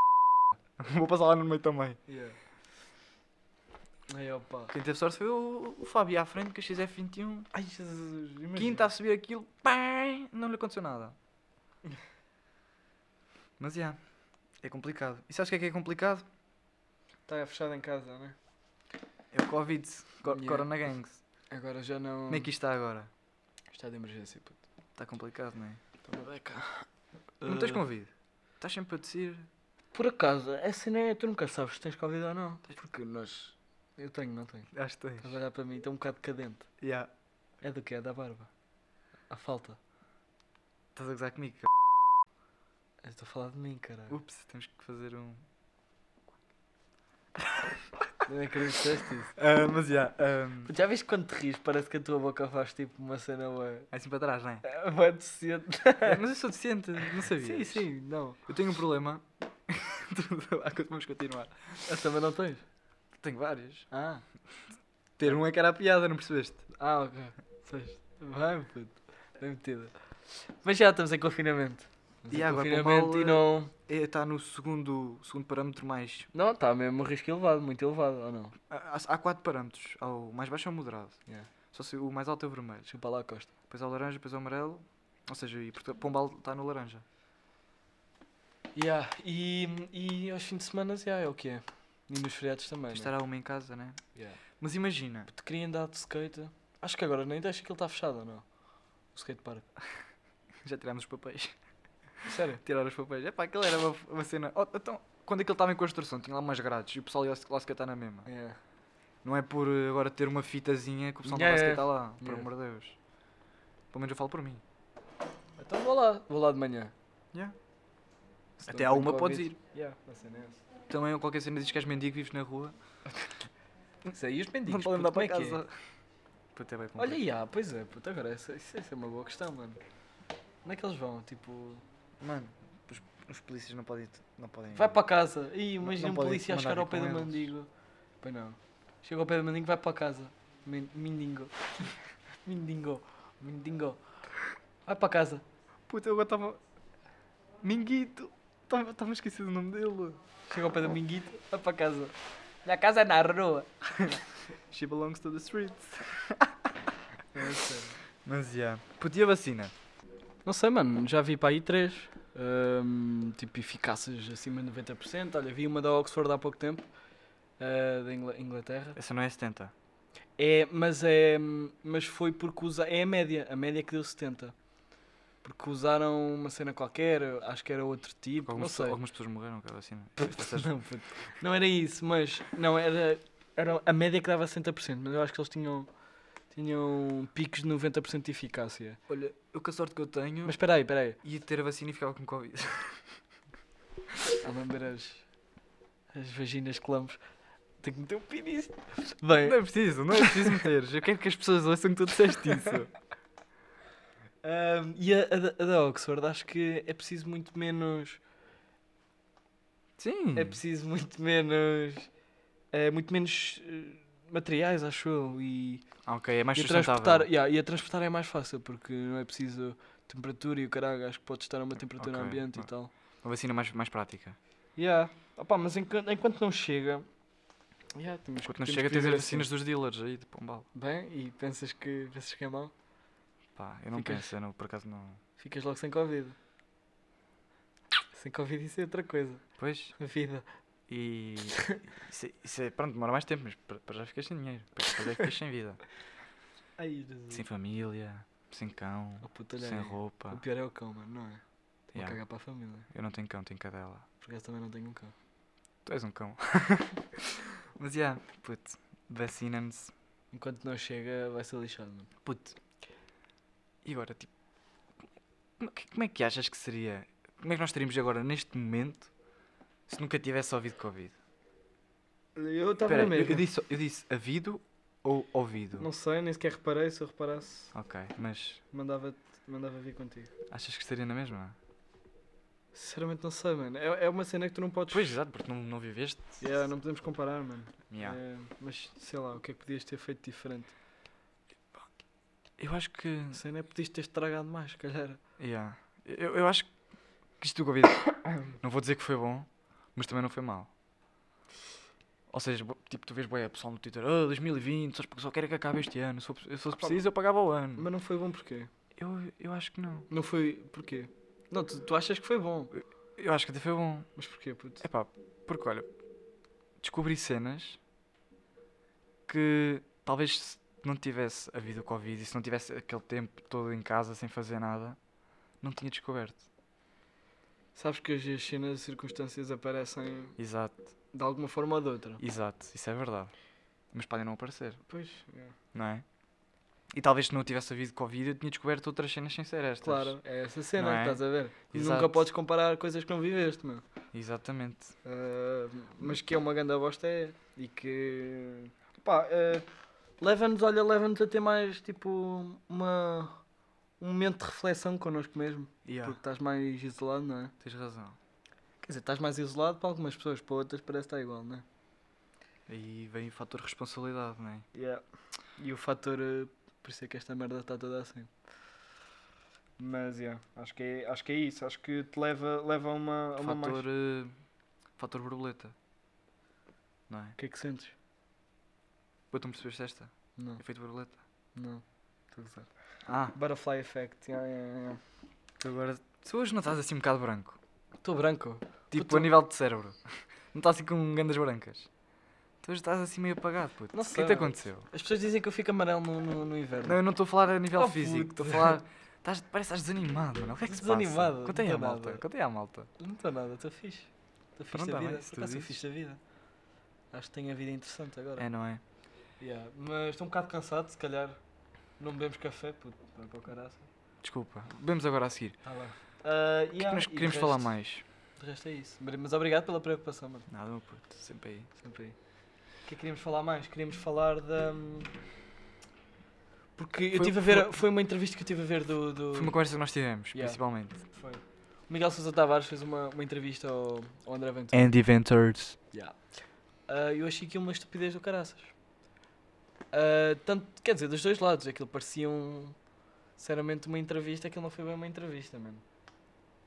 [SPEAKER 2] vou passar lá no meio também.
[SPEAKER 3] Yeah. Aí, opa.
[SPEAKER 2] Quem teve sorte foi o, o Fábio à frente, que a XF21.
[SPEAKER 3] Ai, Jesus. Imagina.
[SPEAKER 2] Quinta a subir aquilo, pá, não lhe aconteceu nada. Mas já, é complicado. E sabes o que é que é complicado?
[SPEAKER 3] Está fechado em casa, né?
[SPEAKER 2] É o Covid, co
[SPEAKER 3] Yeah.
[SPEAKER 2] Corona Gangs.
[SPEAKER 3] Agora já não.
[SPEAKER 2] Como é que isto está agora?
[SPEAKER 3] Está de emergência, puto.
[SPEAKER 2] Está complicado, não é?
[SPEAKER 3] Então, vai cá.
[SPEAKER 2] Não tens
[SPEAKER 3] Ah,
[SPEAKER 2] Covid? Estás sempre a descer?
[SPEAKER 3] Por acaso, essa não é. Tu nunca sabes se tens Covid ou não. Porque nós. Eu tenho, não tenho.
[SPEAKER 2] Acho que tens.
[SPEAKER 3] Estás a olhar para mim, está um bocado cadente.
[SPEAKER 2] Yeah.
[SPEAKER 3] É do quê? É da barba. A falta.
[SPEAKER 2] Estás a gozar comigo, c...
[SPEAKER 3] Eu Estou a falar de mim, caralho.
[SPEAKER 2] Ups, temos que fazer um...
[SPEAKER 3] Não é que disseste isso.
[SPEAKER 2] Ah, mas já, ahm,
[SPEAKER 3] Já viste quando te ris, parece que a tua boca faz tipo uma cena ué,
[SPEAKER 2] é assim para trás, não é?
[SPEAKER 3] ué deficiente.
[SPEAKER 2] É, mas eu sou deficiente, não sabia.
[SPEAKER 3] Sim, sim, não.
[SPEAKER 2] Eu tenho um problema. Tudo- Vamos continuar.
[SPEAKER 3] Ah, também não tens?
[SPEAKER 2] Tenho vários.
[SPEAKER 3] Ah,
[SPEAKER 2] Ter um é que era a piada, não percebeste?
[SPEAKER 3] ah ok. Tens. Vai, puto. Bem metida. Mas já estamos em confinamento. Estamos
[SPEAKER 2] E
[SPEAKER 3] em
[SPEAKER 2] agora,
[SPEAKER 3] confinamento
[SPEAKER 2] Pombal,
[SPEAKER 3] e não...
[SPEAKER 2] Está É, tá no segundo, segundo parâmetro mais.
[SPEAKER 3] Não, está mesmo um risco elevado, muito elevado, ou não?
[SPEAKER 2] Há, há quatro parâmetros. Há o mais baixo é o moderado.
[SPEAKER 3] Yeah.
[SPEAKER 2] Só se o mais alto é o vermelho.
[SPEAKER 3] Chupa lá a costa.
[SPEAKER 2] Depois há o laranja, depois há o amarelo. Ou seja, e Portu- Pombal está tá no laranja.
[SPEAKER 3] Yeah. E, e aos fins de semana, já é o que é. E nos feriados também, né?
[SPEAKER 2] Estará uma em casa, né?
[SPEAKER 3] Yeah.
[SPEAKER 2] Mas imagina.
[SPEAKER 3] Puto, queria andar de skate. Acho que agora nem deixa que ele está fechado, ou não? O skatepark.
[SPEAKER 2] Já tirámos os papéis.
[SPEAKER 3] Sério?
[SPEAKER 2] Tirar os papéis. É pá, aquilo era uma, uma cena. Oh, então, quando aquilo estava em construção, tinha lá umas grades e o pessoal ia lá se catar na mesma.
[SPEAKER 3] Yeah.
[SPEAKER 2] Não é por eh, agora ter uma fitazinha que o pessoal
[SPEAKER 3] Yeah,
[SPEAKER 2] não vai
[SPEAKER 3] yeah.
[SPEAKER 2] se catar lá. Por
[SPEAKER 3] Yeah.
[SPEAKER 2] amor de Deus. Pelo menos eu falo por mim.
[SPEAKER 3] Então vou lá, vou lá de manhã.
[SPEAKER 2] Yeah.
[SPEAKER 3] Se
[SPEAKER 2] Até
[SPEAKER 3] não
[SPEAKER 2] à
[SPEAKER 3] tem
[SPEAKER 2] uma podes
[SPEAKER 3] Covid.
[SPEAKER 2] ir.
[SPEAKER 3] Yeah, a cena é essa.
[SPEAKER 2] Também qualquer cena diz que és mendigo vives na rua.
[SPEAKER 3] Isso aí os mendigos,
[SPEAKER 2] Não podem
[SPEAKER 3] puto, como
[SPEAKER 2] andar para
[SPEAKER 3] é que é?
[SPEAKER 2] casa. Puta, é bem
[SPEAKER 3] Olha,
[SPEAKER 2] complicado.
[SPEAKER 3] yeah, pois é, puto, agora essa, isso, isso é uma boa questão, mano. Onde é que eles vão? Tipo,
[SPEAKER 2] Mano, os, os polícias não podem. Não podem
[SPEAKER 3] vai para casa. Ih,
[SPEAKER 2] É. Não-
[SPEAKER 3] imagina
[SPEAKER 2] não
[SPEAKER 3] um
[SPEAKER 2] podem
[SPEAKER 3] polícia a
[SPEAKER 2] mandar
[SPEAKER 3] chegar ao
[SPEAKER 2] vir
[SPEAKER 3] pé do
[SPEAKER 2] com eles.
[SPEAKER 3] mendigo. Pois não. Chega ao pé do mendigo, vai para casa. Men- Mendigo. Mendigo. Mendigo. Vai para casa.
[SPEAKER 2] Puta, eu agora estava. Minguito! Estava esquecido o nome dele.
[SPEAKER 3] Chega ao pé do minguito, vai para casa. Minha casa é na rua.
[SPEAKER 2] She belongs to the streets. É Mas já. Podia vacina.
[SPEAKER 3] Não sei, mano, já vi para aí três. Ahm, tipo, eficácias acima de 90%. Olha, vi uma da Oxford há pouco tempo, ah, da Ingl- Inglaterra.
[SPEAKER 2] Essa não é 70.
[SPEAKER 3] É, mas, é, mas foi porque usa, é a média, a média que deu 70. Porque usaram uma cena qualquer, acho que era outro tipo, não
[SPEAKER 2] Algumas,
[SPEAKER 3] sei.
[SPEAKER 2] algumas pessoas morreram com a vacina. Essas-
[SPEAKER 3] Não, puto. Não era isso, mas não era, era a média que dava 70%, mas eu acho que eles tinham, tinham picos de 90% de eficácia.
[SPEAKER 2] Olha, eu com a sorte que eu tenho,
[SPEAKER 3] Mas espera aí, espera aí.
[SPEAKER 2] ia ter a vacina e ficava com Covid.
[SPEAKER 3] a lamber as, as vaginas que lamos. Tenho que meter um pino nisto. Bem,
[SPEAKER 2] Não é preciso, não é preciso meteres. Eu quero que as pessoas ouçam que tu disseste isso.
[SPEAKER 3] ahm, hum, e a, a da- a da Oxford, acho que é preciso muito menos.
[SPEAKER 2] Sim.
[SPEAKER 3] É preciso muito menos. É, muito menos eh, materiais, acho eu. E,
[SPEAKER 2] Ah, ok, é mais
[SPEAKER 3] e, a
[SPEAKER 2] sustentável.
[SPEAKER 3] transportar, yeah, e a transportar é mais fácil, porque não é preciso temperatura e o caralho. Acho que pode estar a uma temperatura
[SPEAKER 2] Ok,
[SPEAKER 3] ambiente e
[SPEAKER 2] ok.
[SPEAKER 3] tal.
[SPEAKER 2] Uma vacina mais, mais prática.
[SPEAKER 3] Yeah. Opa, mas enquanto, enquanto não chega. Yeah, temos,
[SPEAKER 2] Enquanto não
[SPEAKER 3] temos
[SPEAKER 2] chega,
[SPEAKER 3] que
[SPEAKER 2] tens as
[SPEAKER 3] viver
[SPEAKER 2] vacinas
[SPEAKER 3] assim.
[SPEAKER 2] dos dealers aí tipo, um de pombal.
[SPEAKER 3] Bem, e pensas que, pensas que é mau?
[SPEAKER 2] Pá, eu não
[SPEAKER 3] Ficas-
[SPEAKER 2] penso, eu não, por acaso não.
[SPEAKER 3] Ficas logo sem Covid. Sem Covid isso é outra coisa.
[SPEAKER 2] Pois,
[SPEAKER 3] A vida.
[SPEAKER 2] e. Isso, é- isso é, pronto, demora mais tempo, mas para para já ficas sem dinheiro. Para para já ficas sem vida.
[SPEAKER 3] Ai, Jesus.
[SPEAKER 2] Sem família, sem cão,
[SPEAKER 3] Oh, puta, olha
[SPEAKER 2] sem
[SPEAKER 3] aí.
[SPEAKER 2] roupa.
[SPEAKER 3] O pior é o cão, mano, não é? Vou
[SPEAKER 2] Yeah.
[SPEAKER 3] cagar para a família.
[SPEAKER 2] Eu não tenho cão, tenho cadela.
[SPEAKER 3] Por acaso também não tenho um cão.
[SPEAKER 2] Tu és um cão. Mas já, puto, vacina-nos.
[SPEAKER 3] Enquanto não chega, vai ser lixado, mano.
[SPEAKER 2] Puto. E agora, tipo. Como que- como é que achas que seria? Como é que nós estaríamos agora, neste momento, se nunca tivesse ouvido Covid?
[SPEAKER 3] Eu estava
[SPEAKER 2] Espera, eu, eu disse, eu disse havido ou ouvido?
[SPEAKER 3] Não sei, nem sequer reparei. Se eu reparasse,
[SPEAKER 2] Ok, mas
[SPEAKER 3] mandava, mandava vir contigo.
[SPEAKER 2] achas que estaria na mesma?
[SPEAKER 3] Sinceramente, não sei, mano. É, é uma cena que tu não podes.
[SPEAKER 2] Pois, é. exato, porque não, não viveste.
[SPEAKER 3] Yeah, não podemos comparar, mano.
[SPEAKER 2] Yeah.
[SPEAKER 3] É, mas sei lá, o que é que podias ter feito diferente?
[SPEAKER 2] Eu acho que.
[SPEAKER 3] Não sei, não é? Podias ter estragado mais, se calhar.
[SPEAKER 2] Hum. Yeah. Eu, eu acho que isto do Covid. não vou dizer que foi bom, mas também não foi mal. Ou seja, bo- tipo, tu vês boia pessoal no Twitter, ah, 2020, só, só quero que acabe este ano. Se fosse, se fosse preciso, eu pagava o ano.
[SPEAKER 3] Ah, Mas não foi bom porquê?
[SPEAKER 2] Eu, eu acho que não.
[SPEAKER 3] Não foi. Porquê? Não, tu, tu achas que foi bom.
[SPEAKER 2] Eu acho que até foi bom.
[SPEAKER 3] Mas porquê, puto?
[SPEAKER 2] É pá, porque olha, descobri cenas que talvez se não tivesse havido o Covid e se não tivesse aquele tempo todo em casa sem fazer nada, não tinha descoberto.
[SPEAKER 3] Sabes que hoje as cenas, as circunstâncias aparecem
[SPEAKER 2] Exato,
[SPEAKER 3] de alguma forma ou de outra.
[SPEAKER 2] exato, isso é verdade. Mas podem não aparecer.
[SPEAKER 3] Pois, é.
[SPEAKER 2] não é? E talvez se não tivesse havido Covid eu tinha descoberto outras cenas sem ser estas.
[SPEAKER 3] claro, é essa cena,
[SPEAKER 2] Não é?
[SPEAKER 3] estás a ver?
[SPEAKER 2] Exato.
[SPEAKER 3] Nunca podes comparar coisas que não viveste, meu.
[SPEAKER 2] Exatamente.
[SPEAKER 3] Ah, mas que é uma ganda bosta é. E que. pá, ah, leva-nos, olha, leva-nos a ter mais, tipo, uma. um momento de reflexão connosco mesmo. Porque estás mais isolado, não é?
[SPEAKER 2] Tens razão.
[SPEAKER 3] Quer dizer, estás mais isolado para algumas pessoas, para outras parece estar igual, não é?
[SPEAKER 2] Aí vem o fator responsabilidade, não é?
[SPEAKER 3] Yeah. E o fator. eh, Por isso é que esta merda está toda assim. Mas, yeah, acho que é, acho que é isso. Acho que te leva, leva a uma, a É uma mais.
[SPEAKER 2] Fator, eh, fator borboleta. Não é?
[SPEAKER 3] O que é que sentes?
[SPEAKER 2] Pô, tu me percebeste esta?
[SPEAKER 3] Não,
[SPEAKER 2] Efeito borboleta.
[SPEAKER 3] não. Estou a gozar.
[SPEAKER 2] Ah,
[SPEAKER 3] Butterfly effect. yeah, yeah, yeah.
[SPEAKER 2] tu agora. Tu hoje não estás assim um bocado branco.
[SPEAKER 3] Estou branco.
[SPEAKER 2] Tipo,
[SPEAKER 3] Puto.
[SPEAKER 2] a nível de cérebro. Não estás assim com gandas brancas. Tu hoje estás assim meio apagado, puto.
[SPEAKER 3] Não
[SPEAKER 2] o que
[SPEAKER 3] sei,
[SPEAKER 2] é que te
[SPEAKER 3] mano.
[SPEAKER 2] aconteceu?
[SPEAKER 3] As pessoas dizem que eu fico amarelo no, no, no inverno.
[SPEAKER 2] Não, eu não estou a falar a nível
[SPEAKER 3] Oh,
[SPEAKER 2] físico.
[SPEAKER 3] puto.
[SPEAKER 2] Estou a falar. Estás, parece que estás desanimado, mano. O que é que se passa?
[SPEAKER 3] Desanimado, não
[SPEAKER 2] Conta aí
[SPEAKER 3] tô
[SPEAKER 2] à malta.
[SPEAKER 3] nada.
[SPEAKER 2] Conta aí à malta.
[SPEAKER 3] Não estou nada, estou fixe. Estou fixe
[SPEAKER 2] Pronto,
[SPEAKER 3] da
[SPEAKER 2] tá bem,
[SPEAKER 3] vida.
[SPEAKER 2] se
[SPEAKER 3] Por
[SPEAKER 2] tu
[SPEAKER 3] acaso eu
[SPEAKER 2] dizes.
[SPEAKER 3] fixe da vida. Acho que tenho a vida interessante agora.
[SPEAKER 2] É, não é?
[SPEAKER 3] Yeah, Mas estou um bocado cansado, se calhar. Não bebemos café, puto. Vai para o caraça.
[SPEAKER 2] Desculpa. Bebemos agora a seguir.
[SPEAKER 3] Tá lá. Ah,
[SPEAKER 2] O que é que
[SPEAKER 3] yeah,
[SPEAKER 2] nós
[SPEAKER 3] e de
[SPEAKER 2] queremos falar
[SPEAKER 3] resto-
[SPEAKER 2] mais?
[SPEAKER 3] De resto é isso. Mas mas obrigado pela preocupação, mano.
[SPEAKER 2] Nada, meu puto. Sempre aí.
[SPEAKER 3] Sempre aí. O que é que queríamos falar mais? Queríamos falar da. hum, Porque eu
[SPEAKER 2] Foi-
[SPEAKER 3] tive a ver. Foi uma entrevista que eu tive a ver do. do...
[SPEAKER 2] Foi uma conversa que nós tivemos,
[SPEAKER 3] Yeah.
[SPEAKER 2] principalmente.
[SPEAKER 3] Foi. O Miguel Sousa Tavares fez uma, uma entrevista ao, ao André Ventura.
[SPEAKER 2] Andy Ventures.
[SPEAKER 3] Yeah. Ah, eu achei aquilo uma estupidez do caraças. Ah, tanto, quer dizer, dos dois lados, aquilo parecia um. Sinceramente, uma entrevista, aquilo não foi bem uma entrevista, mano.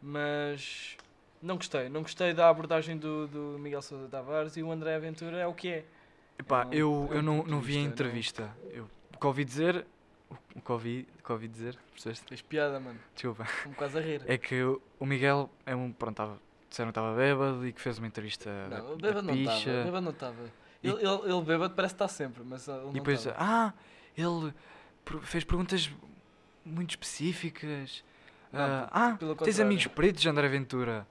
[SPEAKER 3] Mas. Não gostei, não gostei da abordagem do, do Miguel Sousa Tavares e o André Aventura é o que é.
[SPEAKER 2] Epá,
[SPEAKER 3] É um-
[SPEAKER 2] eu,
[SPEAKER 3] é um
[SPEAKER 2] eu não,
[SPEAKER 3] ponto de
[SPEAKER 2] não vi a
[SPEAKER 3] vista, não-
[SPEAKER 2] entrevista. Eu, o que ouvi dizer. O que ouvi, o que ouvi dizer, percebeste?
[SPEAKER 3] Tens piada, mano.
[SPEAKER 2] Desculpa.
[SPEAKER 3] Estou-me quase a rir.
[SPEAKER 2] É que o o Miguel é um. Pronto, tava, disseram que estava bêbado e que fez uma entrevista. da-
[SPEAKER 3] Não, o
[SPEAKER 2] da
[SPEAKER 3] bêbado não estava.
[SPEAKER 2] picha.
[SPEAKER 3] O bêbado não estava.
[SPEAKER 2] E-
[SPEAKER 3] Ele, ele, ele bêbado parece que está sempre, mas ele não
[SPEAKER 2] E depois,
[SPEAKER 3] tava.
[SPEAKER 2] ah, ele per- fez perguntas muito específicas.
[SPEAKER 3] Não,
[SPEAKER 2] Ah, ah,
[SPEAKER 3] pelo
[SPEAKER 2] tens
[SPEAKER 3] contrário.
[SPEAKER 2] amigos pretos, André Ventura.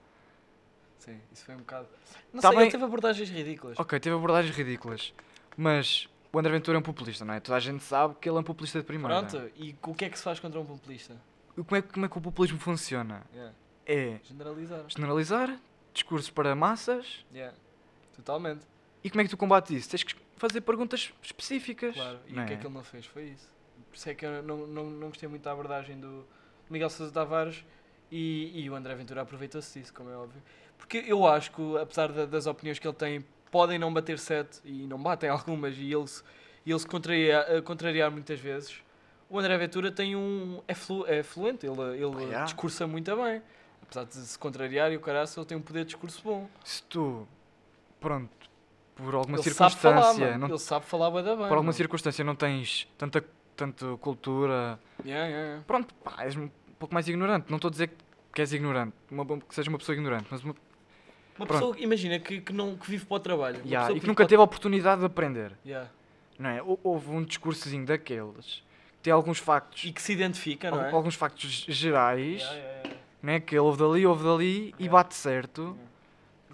[SPEAKER 3] Sim, isso foi um bocado. Não
[SPEAKER 2] Tá
[SPEAKER 3] sei,
[SPEAKER 2] bem.
[SPEAKER 3] ele teve abordagens ridículas.
[SPEAKER 2] Ok, teve abordagens ridículas. Mas o André Ventura é um populista, não é? Toda a gente sabe que ele é um populista de primeira.
[SPEAKER 3] Pronto, e o que é que se faz contra um populista?
[SPEAKER 2] E Como é, que- como é que o populismo funciona?
[SPEAKER 3] Yeah.
[SPEAKER 2] É
[SPEAKER 3] Generalizar.
[SPEAKER 2] generalizar, discursos para massas.
[SPEAKER 3] Yeah. Totalmente,
[SPEAKER 2] E como é que tu combates isso? Tens que fazer perguntas específicas.
[SPEAKER 3] claro. E
[SPEAKER 2] não
[SPEAKER 3] o que é que ele não fez? Foi isso. Por isso é que eu não, não, não gostei muito da abordagem do Miguel Sousa Tavares e, e o André Ventura aproveitou-se disso, como é óbvio. Porque eu acho que, apesar da- das opiniões que ele tem, podem não bater sete e não batem algumas, e ele se, e ele se contraria- eh, contrariar muitas vezes. O André Ventura tem um. é, flu, é fluente, ele, ele
[SPEAKER 2] Pá, Ah, yeah.
[SPEAKER 3] discursa muito bem. Apesar de se contrariar e o caraço, ele tem um poder de discurso bom.
[SPEAKER 2] Se tu, pronto, por alguma
[SPEAKER 3] ele sabe
[SPEAKER 2] circunstância,
[SPEAKER 3] falar, mano.
[SPEAKER 2] não
[SPEAKER 3] Ele sabe falar bué da bem.
[SPEAKER 2] por alguma
[SPEAKER 3] mano.
[SPEAKER 2] circunstância não tens tanta, tanta cultura.
[SPEAKER 3] Yeah, yeah, yeah.
[SPEAKER 2] Pronto, pá, és um pouco mais ignorante. Não estou a dizer que- que és ignorante, uma, que seja uma pessoa ignorante, mas uma,
[SPEAKER 3] Uma
[SPEAKER 2] Pronto.
[SPEAKER 3] pessoa, que- imagina, que, que, não, que vive para o trabalho. Uma
[SPEAKER 2] Yeah,
[SPEAKER 3] pessoa
[SPEAKER 2] e que
[SPEAKER 3] vive
[SPEAKER 2] nunca
[SPEAKER 3] para
[SPEAKER 2] teve a oportunidade de aprender.
[SPEAKER 3] o- Yeah.
[SPEAKER 2] Não é? Hou- Houve um discursozinho daqueles que tem alguns factos,
[SPEAKER 3] E que se identifica, não
[SPEAKER 2] al-
[SPEAKER 3] é?
[SPEAKER 2] alguns factos g- gerais,
[SPEAKER 3] Yeah, yeah, yeah.
[SPEAKER 2] né, que houve dali, houve dali e
[SPEAKER 3] Yeah.
[SPEAKER 2] bate certo.
[SPEAKER 3] Yeah.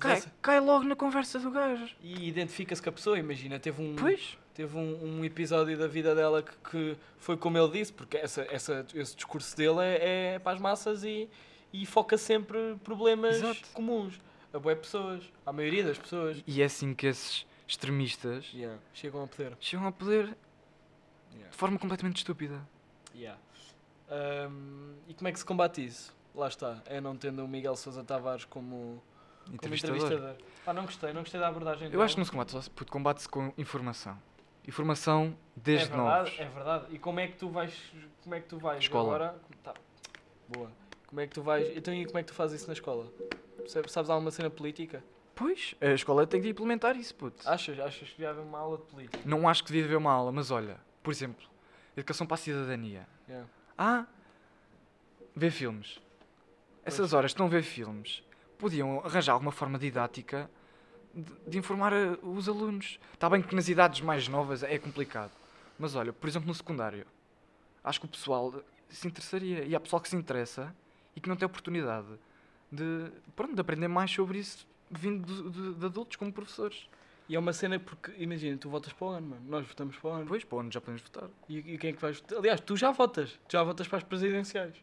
[SPEAKER 2] Cai, cai logo na conversa do gajo.
[SPEAKER 3] E identifica-se com a pessoa, imagina, teve um,
[SPEAKER 2] Pois,
[SPEAKER 3] teve um, um episódio da vida dela que, que foi como ele disse, porque essa, essa, esse discurso dele é, é para as massas e, e foca sempre problemas
[SPEAKER 2] Exato.
[SPEAKER 3] comuns a boé pessoas, à maioria das pessoas.
[SPEAKER 2] e é assim que esses extremistas
[SPEAKER 3] Yeah. Chegam a poder.
[SPEAKER 2] chegam ao poder
[SPEAKER 3] Yeah.
[SPEAKER 2] de forma completamente estúpida.
[SPEAKER 3] Yeah. Ahm, e como é que se combate isso? Lá está, é não tendo o Miguel Sousa Tavares como, como
[SPEAKER 2] Entrevistador.
[SPEAKER 3] entrevistador. Ah, não gostei, não gostei da abordagem
[SPEAKER 2] Eu acho que não se combate só se puto, combate-se com informação. Informação desde
[SPEAKER 3] é verdade,
[SPEAKER 2] novos.
[SPEAKER 3] É verdade. E como é que tu vais. Como é que tu vais
[SPEAKER 2] Escola.
[SPEAKER 3] agora? Tá. Boa. Como é que tu vais. Então e como é que tu fazes isso na escola? Percebe- Sabes alguma cena política?
[SPEAKER 2] Pois, a escola tem que implementar isso, puto.
[SPEAKER 3] Achas? Achas que devia haver uma aula de política?
[SPEAKER 2] Não acho que devia haver uma aula, mas olha, por exemplo, educação para a cidadania.
[SPEAKER 3] Yeah.
[SPEAKER 2] Ah, ver filmes. Essas horas que estão a ver filmes, podiam arranjar alguma forma didática de, de informar eh, os alunos. Está bem que nas idades mais novas é complicado, mas olha, por exemplo, no secundário, acho que o pessoal eh, se interessaria. E há pessoal que se interessa e que não tem oportunidade de, pronto, de aprender mais sobre isso vindo de, de- de adultos como professores.
[SPEAKER 3] E é uma cena porque, imagina, tu votas para o ano, mano. Nós votamos para o ano.
[SPEAKER 2] Pois, pô, onde já podemos votar.
[SPEAKER 3] E, e quem é que vais votar? Aliás, tu já votas. Tu já votas para as presidenciais.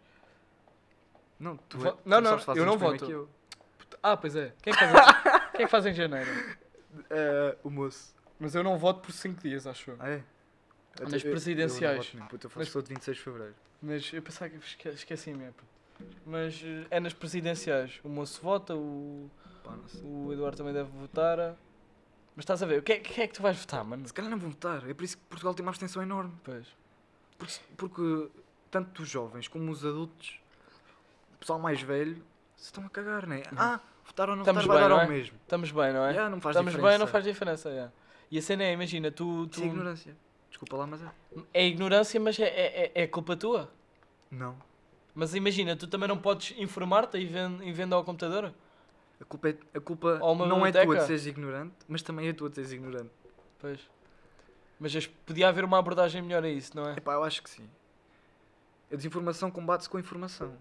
[SPEAKER 2] Não, tu,
[SPEAKER 3] Vo-
[SPEAKER 2] é- tu
[SPEAKER 3] não, não,
[SPEAKER 2] sabes fazer
[SPEAKER 3] eu não
[SPEAKER 2] isso primeiro
[SPEAKER 3] voto.
[SPEAKER 2] que eu.
[SPEAKER 3] Ah, pois é. Quem é que faz, quem é que faz em janeiro?
[SPEAKER 2] Eh, o moço.
[SPEAKER 3] Mas eu não voto por 5 dias, acho eu.
[SPEAKER 2] Ah, é?
[SPEAKER 3] Nas presidenciais.
[SPEAKER 2] Eu, não voto nem, puto, eu faço
[SPEAKER 3] Nas-
[SPEAKER 2] sou de 26 de Fevereiro.
[SPEAKER 3] Mas eu pensava que esque- esqueci-me. é, pá. Mas eh, é nas presidenciais. O moço vota, o,
[SPEAKER 2] Pá, não sei.
[SPEAKER 3] o Eduardo também deve votar. Mas estás a ver, o que é, que é que tu vais votar, mano?
[SPEAKER 2] Se calhar não vão votar. É por isso que Portugal tem uma abstenção enorme.
[SPEAKER 3] Pois.
[SPEAKER 2] Porque, porque tanto os jovens como os adultos, o pessoal mais velho, se estão a cagar, né? Ah, votar ou não
[SPEAKER 3] Estamos
[SPEAKER 2] votar vai
[SPEAKER 3] bem,
[SPEAKER 2] dar
[SPEAKER 3] não
[SPEAKER 2] ao
[SPEAKER 3] é?
[SPEAKER 2] mesmo.
[SPEAKER 3] Estamos bem, não é?
[SPEAKER 2] Yeah, não faz
[SPEAKER 3] Estamos
[SPEAKER 2] diferença.
[SPEAKER 3] bem, não faz diferença. yeah. E a cena é, imagina, tu.
[SPEAKER 2] Isso
[SPEAKER 3] tu
[SPEAKER 2] é ignorância. Desculpa lá, mas é.
[SPEAKER 3] é ignorância, mas é, é, é- é culpa tua.
[SPEAKER 2] Não.
[SPEAKER 3] Mas imagina, tu também não podes informar-te e vendo, e vendo ao computador?
[SPEAKER 2] A culpa, é- a culpa
[SPEAKER 3] Ou uma
[SPEAKER 2] não é tua de
[SPEAKER 3] biblioteca.
[SPEAKER 2] seres ignorante, mas também é tua de seres ignorante.
[SPEAKER 3] Pois. Mas as- podia haver uma abordagem melhor a isso, não é?
[SPEAKER 2] Epá, eu acho que sim. A desinformação combate-se com a informação,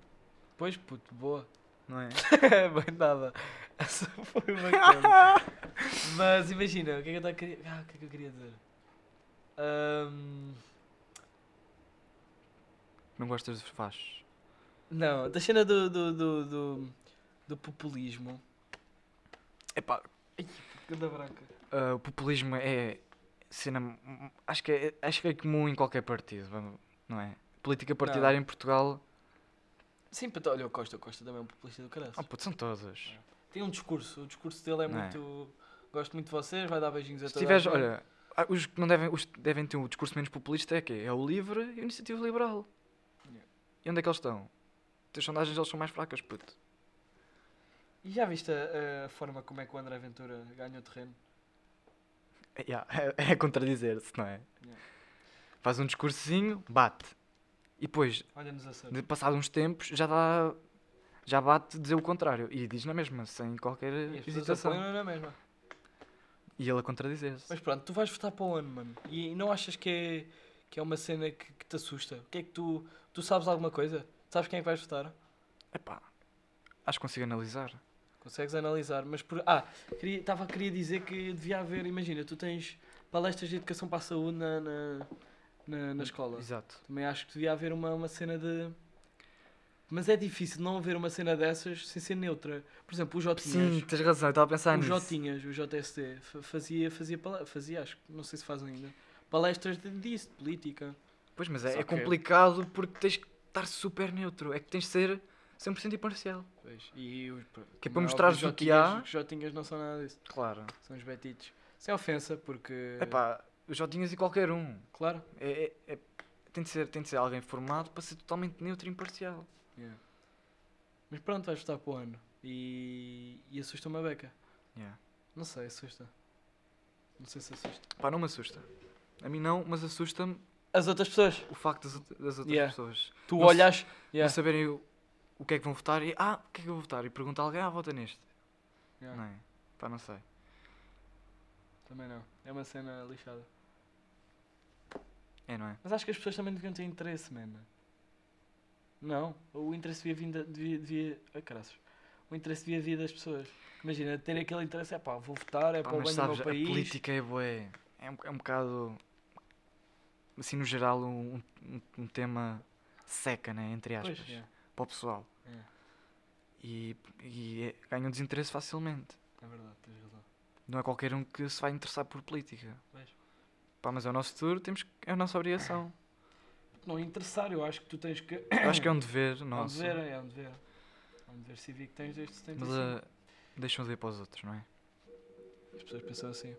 [SPEAKER 3] Pois, puto, boa.
[SPEAKER 2] não é?
[SPEAKER 3] bem nada. Essa foi bacana. Mas imagina, o que é que eu, tava, queria- ah, o que é que eu queria dizer? Ahm,
[SPEAKER 2] Não gostas de fachos.
[SPEAKER 3] não, da cena do, do, do, do, do populismo.
[SPEAKER 2] Epá,
[SPEAKER 3] Ganda branca.
[SPEAKER 2] Ah, o populismo é cena. m- Acho que é, acho que é comum em qualquer partido, vamos- não é? Política partidária em Portugal.
[SPEAKER 3] Sim, puto, olha o Costa, o Costa também é um populista do caralho.
[SPEAKER 2] Oh, puto, são todas.
[SPEAKER 3] Tem um discurso, o discurso dele é
[SPEAKER 2] Não é?
[SPEAKER 3] muito... Gosto muito de vocês, vai dar beijinhos a
[SPEAKER 2] Se
[SPEAKER 3] toda a
[SPEAKER 2] tiveres,
[SPEAKER 3] gente.
[SPEAKER 2] olha, ah, os que não devem, os que devem ter um discurso menos populista é que é o Livre e a Iniciativa Liberal.
[SPEAKER 3] Yeah.
[SPEAKER 2] E onde é que eles estão? As sondagens eles são mais fracas, puto.
[SPEAKER 3] E já viste a, a forma como é que o André Ventura ganhou terreno?
[SPEAKER 2] Yeah, é, é contradizer-se, não é?
[SPEAKER 3] Yeah.
[SPEAKER 2] Faz um discursozinho, bate. E depois,
[SPEAKER 3] Olha-nos a ser.
[SPEAKER 2] de passados uns tempos, já dá. Já bate dizer o contrário. E diz na mesma, sem qualquer
[SPEAKER 3] E as pessoas
[SPEAKER 2] hesitação.
[SPEAKER 3] apoiam na mesma.
[SPEAKER 2] E ele a contradizer-se.
[SPEAKER 3] Mas pronto, tu vais votar para onde, mano? E não achas que é, que é uma cena que, que te assusta? O que é que tu. Tu sabes alguma coisa? Sabes quem é que vais votar?
[SPEAKER 2] Epá, acho que consigo analisar.
[SPEAKER 3] Consegues analisar, mas por. Ah, queria, tava, queria dizer que devia haver, imagina, tu tens palestras de educação para a saúde na, na, na, na escola.
[SPEAKER 2] Exato.
[SPEAKER 3] Também acho que devia haver uma, uma cena de. Mas é difícil não haver uma cena dessas sem ser neutra. Por exemplo, o Jotinhas.
[SPEAKER 2] Sim, tens razão, eu estava a pensar
[SPEAKER 3] o
[SPEAKER 2] nisso.
[SPEAKER 3] Jotinhas, o JST, fa- fazia, fazia, pala- fazia, acho que, não sei se faz ainda, palestras de, disso, de política.
[SPEAKER 2] Pois, mas é,
[SPEAKER 3] Só
[SPEAKER 2] é
[SPEAKER 3] que-
[SPEAKER 2] complicado porque tens que estar super neutro. É que tens de ser 100% imparcial.
[SPEAKER 3] E os,
[SPEAKER 2] Que é para mostrares o que há.
[SPEAKER 3] Os Jotinhas não são nada disso,
[SPEAKER 2] Claro.
[SPEAKER 3] são os Betitos. Sem ofensa, porque.
[SPEAKER 2] Epá, os Jotinhas e qualquer um.
[SPEAKER 3] Claro.
[SPEAKER 2] É, é- é- tem, de ser, tem de ser alguém formado para ser totalmente neutro e imparcial.
[SPEAKER 3] Mas pronto, vais votar para o ano. E, e assusta-me a beca.
[SPEAKER 2] Yeah.
[SPEAKER 3] Não sei, assusta. Não sei se assusta.
[SPEAKER 2] Pá, não me assusta. A mim não, mas assusta-me
[SPEAKER 3] As outras pessoas.
[SPEAKER 2] o facto das, out- das outras
[SPEAKER 3] Yeah.
[SPEAKER 2] pessoas
[SPEAKER 3] Tu
[SPEAKER 2] Não se-
[SPEAKER 3] olhas.
[SPEAKER 2] não
[SPEAKER 3] Yeah.
[SPEAKER 2] saberem o, o que é que vão votar e ah, o que é que eu vou votar? E pergunta a alguém, ah, vota neste.
[SPEAKER 3] Yeah,
[SPEAKER 2] Não é? Pá, não sei.
[SPEAKER 3] Também não. É uma cena lixada.
[SPEAKER 2] É, não é?
[SPEAKER 3] Mas acho que as pessoas também deviam ter interesse, mano. Não, o interesse devia vir. da- Devia, devia... Ai, caraças. O interesse devia vir das pessoas. Imagina, ter aquele interesse, é pá, vou votar, é
[SPEAKER 2] Pá,
[SPEAKER 3] para o
[SPEAKER 2] mas
[SPEAKER 3] bem do
[SPEAKER 2] sabes,
[SPEAKER 3] meu
[SPEAKER 2] a
[SPEAKER 3] país.
[SPEAKER 2] política é bué. É um, é um bocado. Assim, no geral, um, um, um tema seca, né? Entre aspas.
[SPEAKER 3] Pois, yeah,
[SPEAKER 2] Para o pessoal.
[SPEAKER 3] yeah,
[SPEAKER 2] E, e é- ganham desinteresse facilmente.
[SPEAKER 3] é verdade, tens razão.
[SPEAKER 2] Não é qualquer um que se vai interessar por política.
[SPEAKER 3] Pois.
[SPEAKER 2] Pá, mas é o nosso futuro, temos, que- é a nossa obrigação.
[SPEAKER 3] Não é interessar, eu acho que tu tens que.
[SPEAKER 2] Eu acho que é um dever
[SPEAKER 3] É um
[SPEAKER 2] nosso.
[SPEAKER 3] dever, é um dever. É um dever cívico que tens desde 75.
[SPEAKER 2] Mas ah, deixam de ver para os outros, não é?
[SPEAKER 3] As pessoas pensam assim.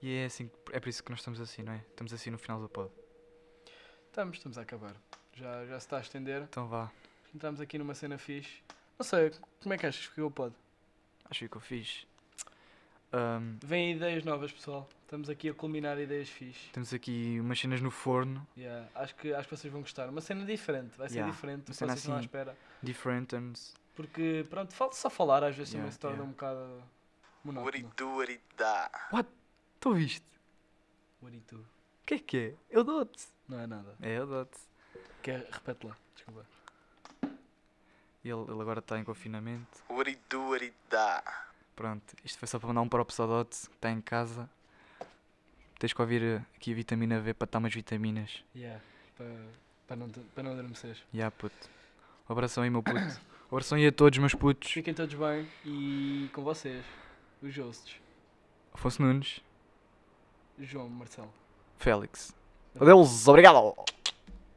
[SPEAKER 2] E é assim, que- é por isso que nós estamos assim, não é? Estamos assim no final do pod.
[SPEAKER 3] Estamos, estamos a acabar. Já, já se está a estender.
[SPEAKER 2] Então vá,
[SPEAKER 3] Entramos aqui numa cena fixe. Não sei, como é que achas que eu pode?
[SPEAKER 2] acho que ficou fixe. Ahm,
[SPEAKER 3] Vêm ideias novas, pessoal. Estamos aqui a culminar ideias fixe.
[SPEAKER 2] Temos aqui umas cenas no forno,
[SPEAKER 3] Yeah, acho, que, acho que vocês vão gostar. Uma cena diferente, vai ser
[SPEAKER 2] Yeah,
[SPEAKER 3] diferente do
[SPEAKER 2] uma
[SPEAKER 3] que
[SPEAKER 2] cena
[SPEAKER 3] vocês estão à
[SPEAKER 2] assim.
[SPEAKER 3] espera.
[SPEAKER 2] different and
[SPEAKER 3] Porque, pronto, falta só falar, às vezes também
[SPEAKER 2] Yeah,
[SPEAKER 3] se torna
[SPEAKER 2] yeah.
[SPEAKER 3] um bocado monótono.
[SPEAKER 2] Tu ouviste?
[SPEAKER 3] What do you do?
[SPEAKER 2] O que é que é? Eu dou-te.
[SPEAKER 3] Não é nada.
[SPEAKER 2] É, eu dou-te.
[SPEAKER 3] Quer, repete lá, desculpa.
[SPEAKER 2] Ele, ele agora está em confinamento.
[SPEAKER 1] What it do, what it da.
[SPEAKER 2] Pronto, isto foi só para mandar um props ao Dote, que está em casa. Tens que ouvir eh, aqui a vitamina V para dar umas vitaminas.
[SPEAKER 3] Yeah, para, para, não, te- para não adormeceres.
[SPEAKER 2] Ya, puto. Um abração aí, meu puto. Um abração aí a todos, meus putos.
[SPEAKER 3] Fiquem todos bem e com vocês, os hosts,
[SPEAKER 2] Afonso Nunes,
[SPEAKER 3] João Marcelo.
[SPEAKER 2] Félix. Adeus, obrigado!